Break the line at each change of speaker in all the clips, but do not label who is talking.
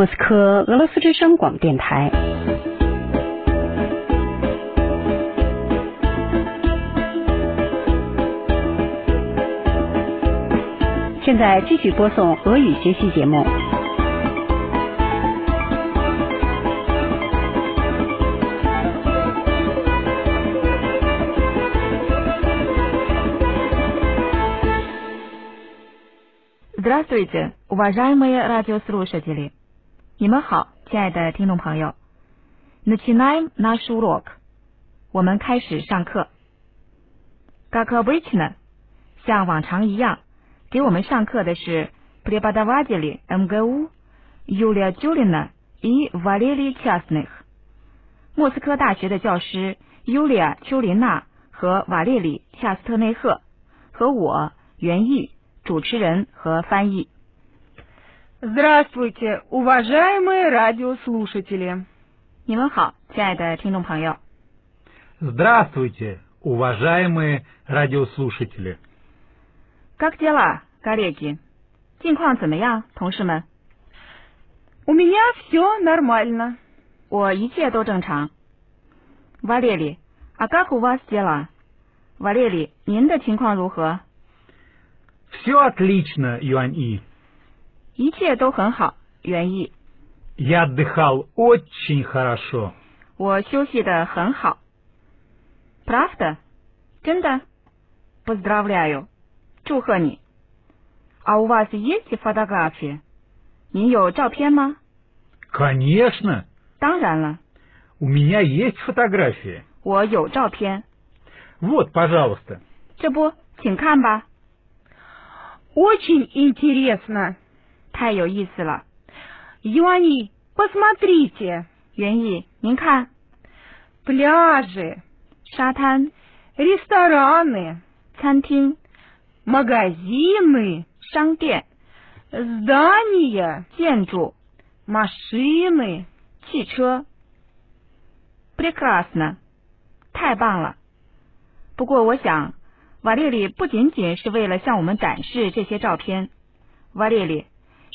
莫斯科，俄罗斯之声广播电台。现在继续播送俄语学习节目。
Здравствуйте, уважаемые радиослушатели！你们好，亲爱的听众朋友。Начинаем наш урок。我们开始上课。Как обычно，像往常一样，给我们上课的是 преподаватели МГУ Юлия Чулина и Валерий Часных。莫斯科大学的教师 Юлия 丘琳娜和瓦列里·恰斯特内赫和我袁毅。主持人和翻译。
Здравствуйте, уважаемые радиослушатели！
你们好，亲爱的听众朋友。
Здравствуйте, уважаемые радиослушатели！
Как дела, коллеги？近况怎么样，同事们？
У меня все нормально。
我一切都正常。瓦列里，а как у вас дела？瓦列里，您的情况如何？
Все отлично, Юань И.
一切都很好，袁毅。
Я отдыхал очень хорошо.
我休息的很好。Правда？真的？Поздравляю！祝贺你。А у вас есть фотографии？您有照片吗？
Конечно.
当然了，
У меня есть фотографии.
我有照片。
Вот, пожалуйста.
这不，请看吧，
Очень интересно.
太有意思了。
Юани, посмотрите.
袁毅，您看，
Пляжи,
沙滩、
рестораны,
餐厅、
магазины,
商店、
здания,
建筑、
машины.
汽车。Прекрасно，太棒了。不过我想，瓦列里不仅仅是为了向我们展示这些照片。瓦列里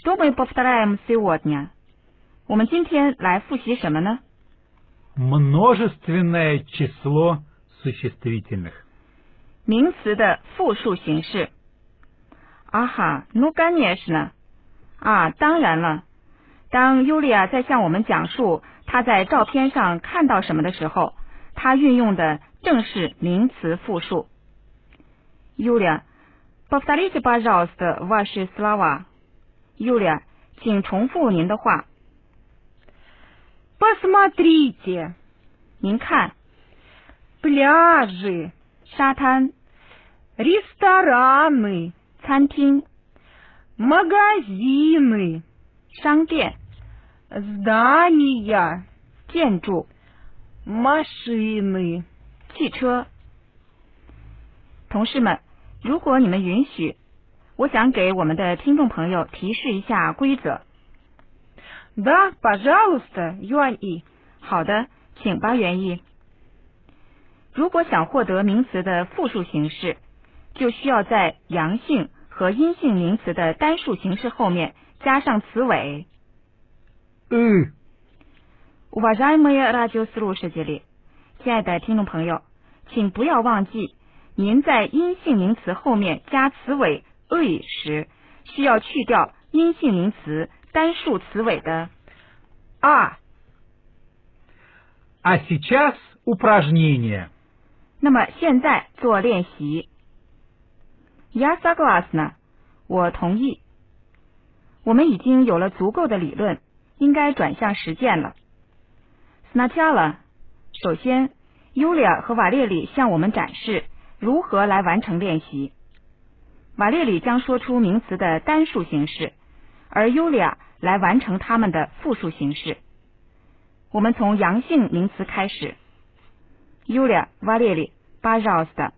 ，что мы повторяем сегодня？我们今天来复习什么呢？
Множественное число существительных.
名词的复数形式。啊哈，ну конечно。啊，当然了。当尤利亚在向我们讲述她在照片上看到什么的时候，她运用的正是名词复数。尤利亚，повторите, пожалуйста, ваши слова。尤利亚，请重复您的话。
Посмотрите,
您看，
пляжи,
沙滩、
рестораны,
餐厅、
магазины,
商店、
здания,
建筑。
машины.
汽车。同事们，如果你们允许，我想给我们的听众朋友提示一下规则。
Да, пожалуйста, Юань И.
好的，请吧，袁毅。如果想获得名词的复数形式，就需要在阳性和阴性名词的单数形式后面加上词尾
Ы.
Уважаемые радиослушатели，亲爱的听众朋友，请不要忘记，您在阴性名词后面加词尾 a 时，需要去掉阴性名词单数词尾的
А.
А сейчас упражнение.
那么现在做练习。Я согласна，我同意。我们已经有了足够的理论，应该转向实践了。Сначала，首先，Юлия 和瓦列里向我们展示如何来完成练习。瓦列里将说出名词的单数形式，而 Yulia 来完成它们的复数形式。我们从阳性名词开始。Yulia Valery b a r o s t a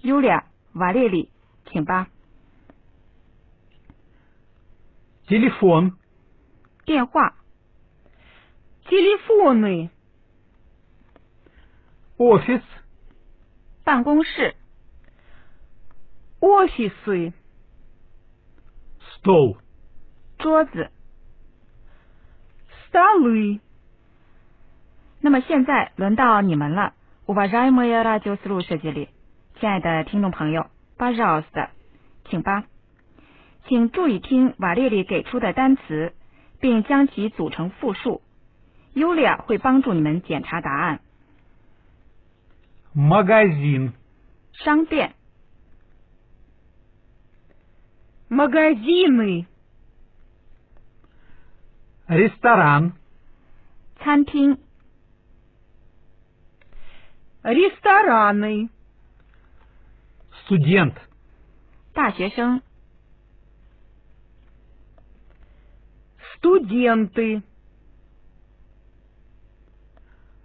Yulia Valery，请吧。
Телефон.
电话、
Телефоны.
Офис.
办公室、
Офисы.
Стол.
桌子、
Столы.
那么现在轮到你们了，уважаемые радиослушатели，亲爱的听众朋友，пожалуйста，请吧，请注意听瓦列里给出的单词，并将其组成复数。尤利亚会帮助你们检查答案。
Магазин.
商店、
Магазины.
Ресторан.
餐厅、
Рестораны.
Студент.
大学生、
Студенты.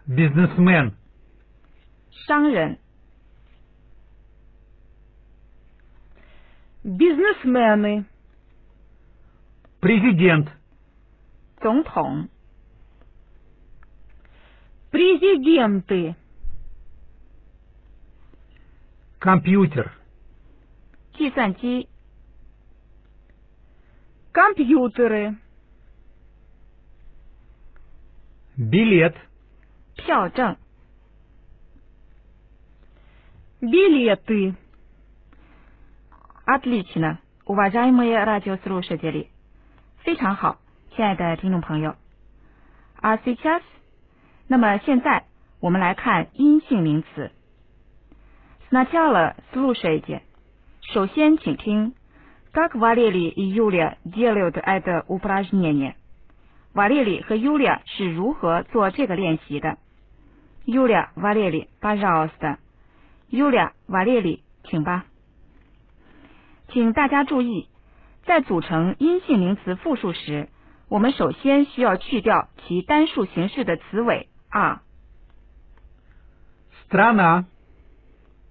Бизнесмен.
商人、
Бизнесмены.
Президент.
总统、
Президенты.
Компьютер.
计算机、
Компьютеры.
Билет.
票证、
Билеты.
отлично, уважаемые радиослушатели，非常好，亲爱的听众朋友。А сейчас，那么现在我们来看阴性名词。Сначала слушайте，首先请听，как Валерий и Юлия делают это упражнение。瓦列里和 Юлия 是如何做这个练习的？Юлия, Валерий, пожалуйста. Юлия, Валерий，请吧。请大家注意，在组成阴性名词复数时，我们首先需要去掉其单数形式的词尾啊 r，
Страна.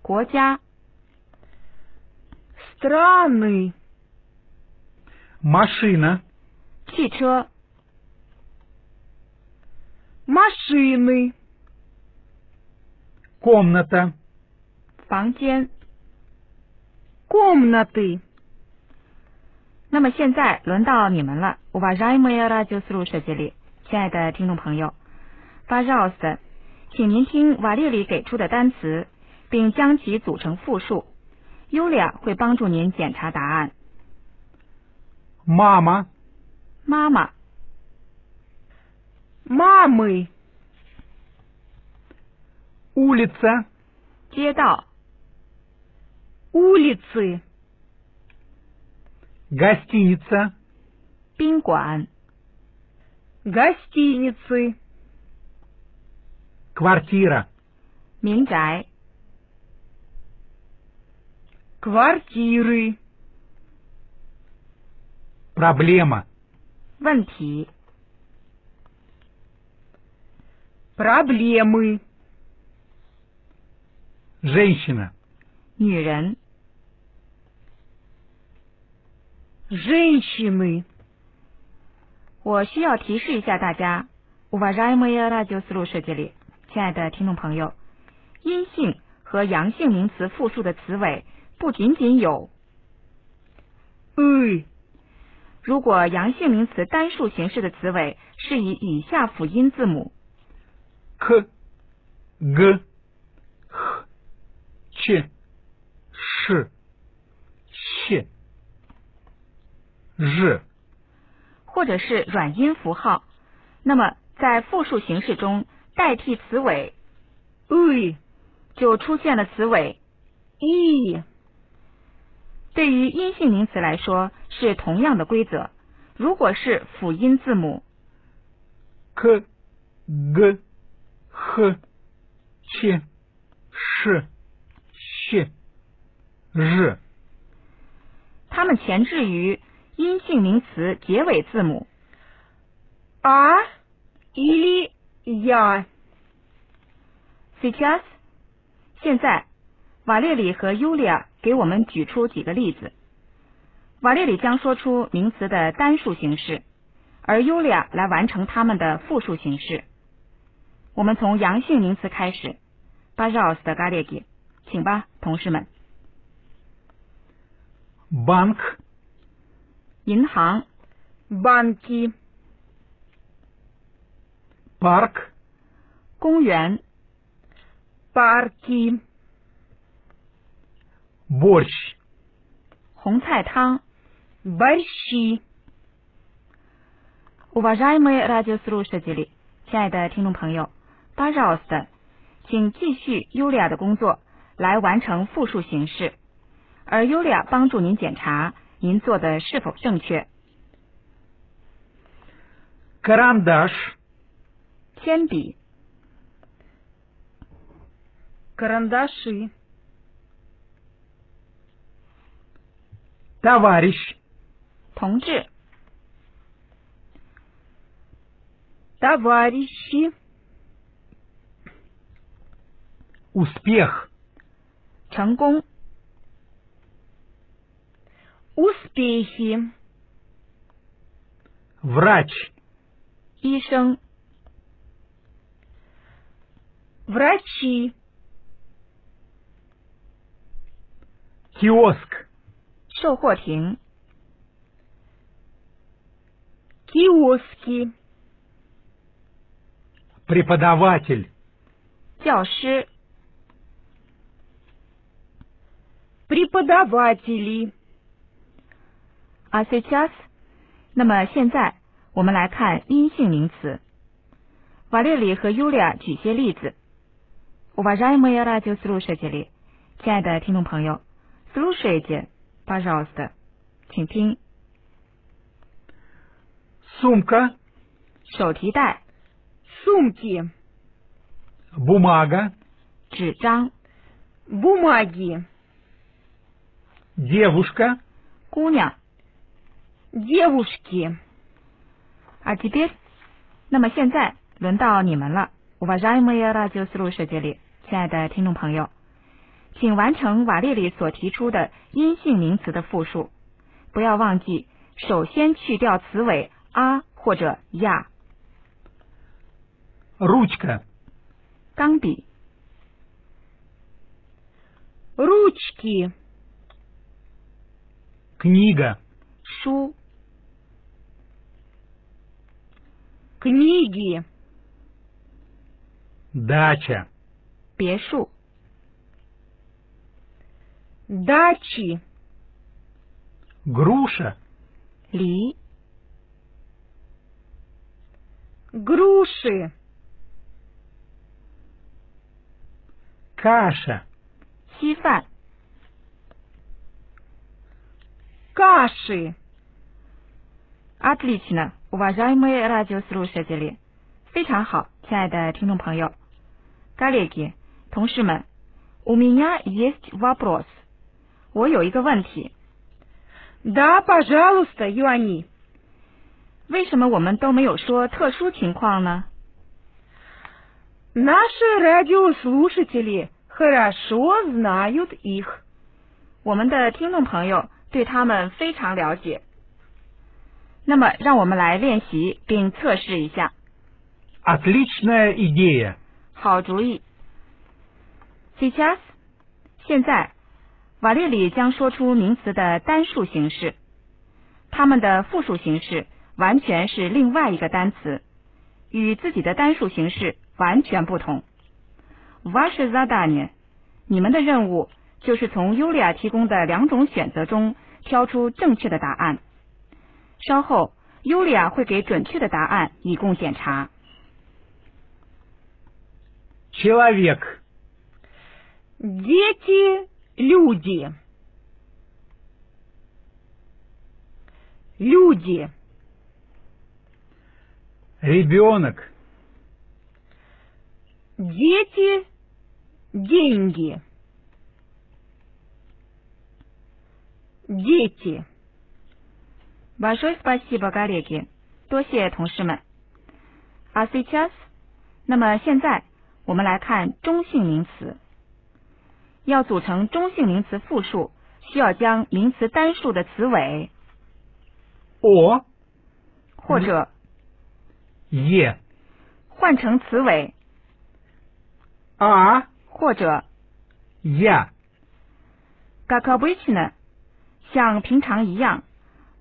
国家、
Страны.
Машина.
汽车、
Машины.
Комната.
房间。
Комнаты.
那么现在轮到你们了，уважаемые радиослушатели，亲爱的听众朋友 p a ж а л у с т 请您听瓦列里给出的单词，并将其组成复数。Yulia 会帮助您检查答案。
Мама.
妈妈、
Мамы.
Улица.
街道、
Улицы.
Гостиница.
宾馆、
Гостиницы.
Квартира.
民宅、
Квартиры.
Проблема.
问题、
Проблемы.
Женщина.
女人、
Женщины.
我需要提示一下大家，уважаемые радиослушатели，亲爱的听众朋友，阴性和阳性名词复数的词尾不仅仅有，
И.
如果阳性名词单数形式的词尾是以以下辅音字母，
К. Г. Х. Ч. Ш. Щ. Ж.
或者是软音符号，那么在复数形式中代替词尾
И.
就出现了词尾
И.
对于阴性名词来说是同样的规则。如果是辅音字母，
К. Г. Х. Ч. Ш. Щ. Ж.
它们前置于阴性名词结尾字母。
А. Или я.
Сейчас，现在，瓦列里和尤利亚给我们举出几个例子。瓦列里将说出名词的单数形式，而尤利亚来完成它们的复数形式。我们从阳性名词开始。巴扎奥斯的嘎列吉，请吧，同事们。
Банк.
银行、
Банки.
парк,
公园、
парки,
борщ,
红菜汤。
борщи,
Уважаемые радиослушатели，亲爱的听众朋友，пожалуйста，请继续 Yulia 的工作来完成复数形式，而 Yulia 帮助您检查您做的是否正确。
карандаш,
铅笔、
карандаши,
товарищ,
同志、
товарищи,
успех,
成功、
успехи,
врач,
医生、
врачи,
киоск,
售货亭、
киоски,
преподаватель,
教师、
преподаватели,
а сейчас。那么现在我们来看阴性名词。瓦列里和尤利亚举些例子。Уважаемые радиослушатели，亲爱的听众朋友，слушайте, пожалуйста，请听。
сумка,
手提袋、
сумки,
бумага,
纸张、
бумаги,
девушка,
姑娘。
девушки,
А теперь，那么现在轮到你们了。Уважаемые радиослушатели，亲爱的听众朋友，请完成瓦列里所提出的阴性名词的复述，不要忘记首先去掉词尾 а 或者 я。
ручка,
钢笔、
ручки,
книга,
书、
книги,
дача,
别墅、
дачи,
груша,
梨、
груши,
каша,
稀饭、
каши.
Отлично, уважаемые радиослушатели，非常好，亲爱的听众朋友，коллеги，同事们，у меня есть вопрос，我有一个问题，
Да, пожалуйста, Юани.
为什么我们都没有说特殊情况呢？
Наши радиослушатели хорошо знают их.
我们的听众朋友对他们非常了解。那么，让我们来练习并测试一下。
отличная идея,
好主意。Сейчас，现在，瓦列里将说出名词的单数形式，它们的复数形式完全是另外一个单词，与自己的单数形式完全不同。Ваше задание，你们的任务就是从尤利亚提供的两种选择中挑出正确的答案。稍后，尤利亚会给准确的答案以供检查。
человек,
Дети – люди. Люди,
ребенок,
дети, деньги. Дети,
Большое спасибо, коллеги，多谢同事们。А сейчас，那么现在我们来看中性名词。要组成中性名词复数，需要将名词单数的词尾
о,
或者
е,
换成词尾
а,
或者
я,
g a k a b i c h n a 像平常一样，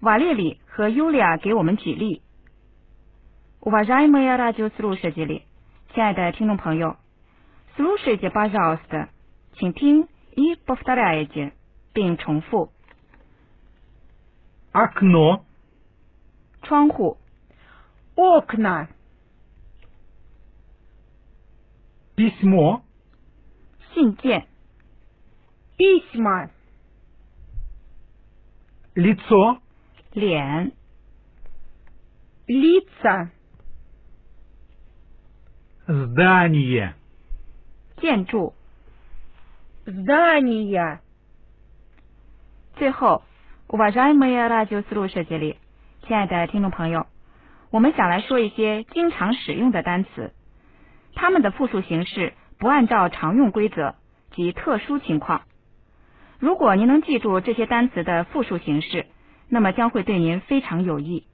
瓦列里和尤利亚给我们举例。 Уважаемые радиослушатели,亲爱的听众朋友，слушайте, пожалуйста，请听и повторяйте，并重复。
окно,
窗户、
окна,
письмо,
信件、
письма,
лицо,
脸、
лица,
здание,
建筑。
здания,
最后，уважаемые радиослушатели，亲爱的听众朋友，我们想来说一些经常使用的单词，它们的复数形式不按照常用规则及特殊情况。如果您能记住这些单词的复数形式，那么将会对您非常有益。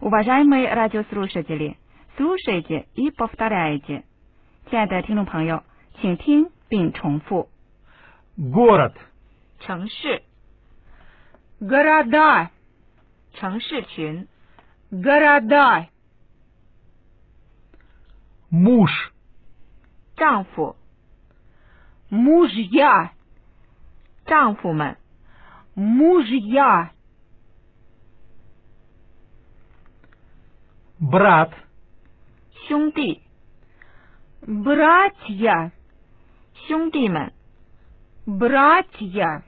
Уважаемые радиослушатели, слушайте и повторяйте。亲爱的听众朋友，请听并重复。
город,
城市，
города,
城市群。
города,
муж,
丈夫、
мужья,
丈夫们、
мужья,
брат,
兄弟、
братья,
兄弟们、
братья,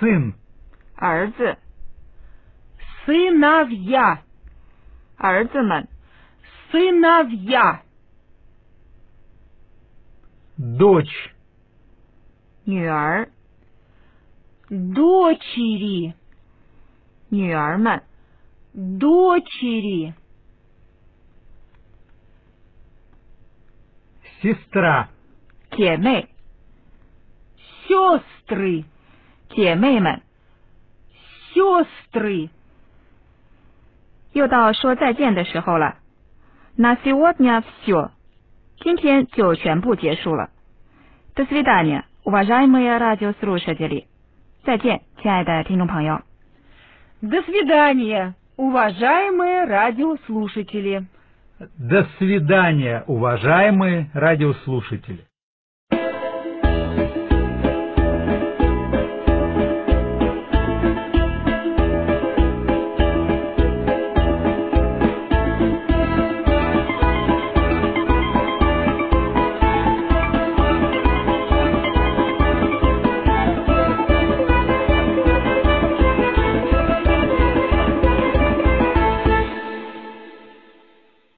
сын,
儿子、
сыновья,
儿子们、
сыновья,
дочь,
女儿、
дочери,
女儿们、
дочери,
сестра,
姐妹、
сестры,
姐妹们。
сестры.
又到说再见的时候了。На сегодня все，今天就全部结束了。До свидания, уважаемые радиослушатели。再见，亲爱的听众朋友。
До свидания, уважаемые радиослушатели.
До свидания, уважаемые радиослушатели.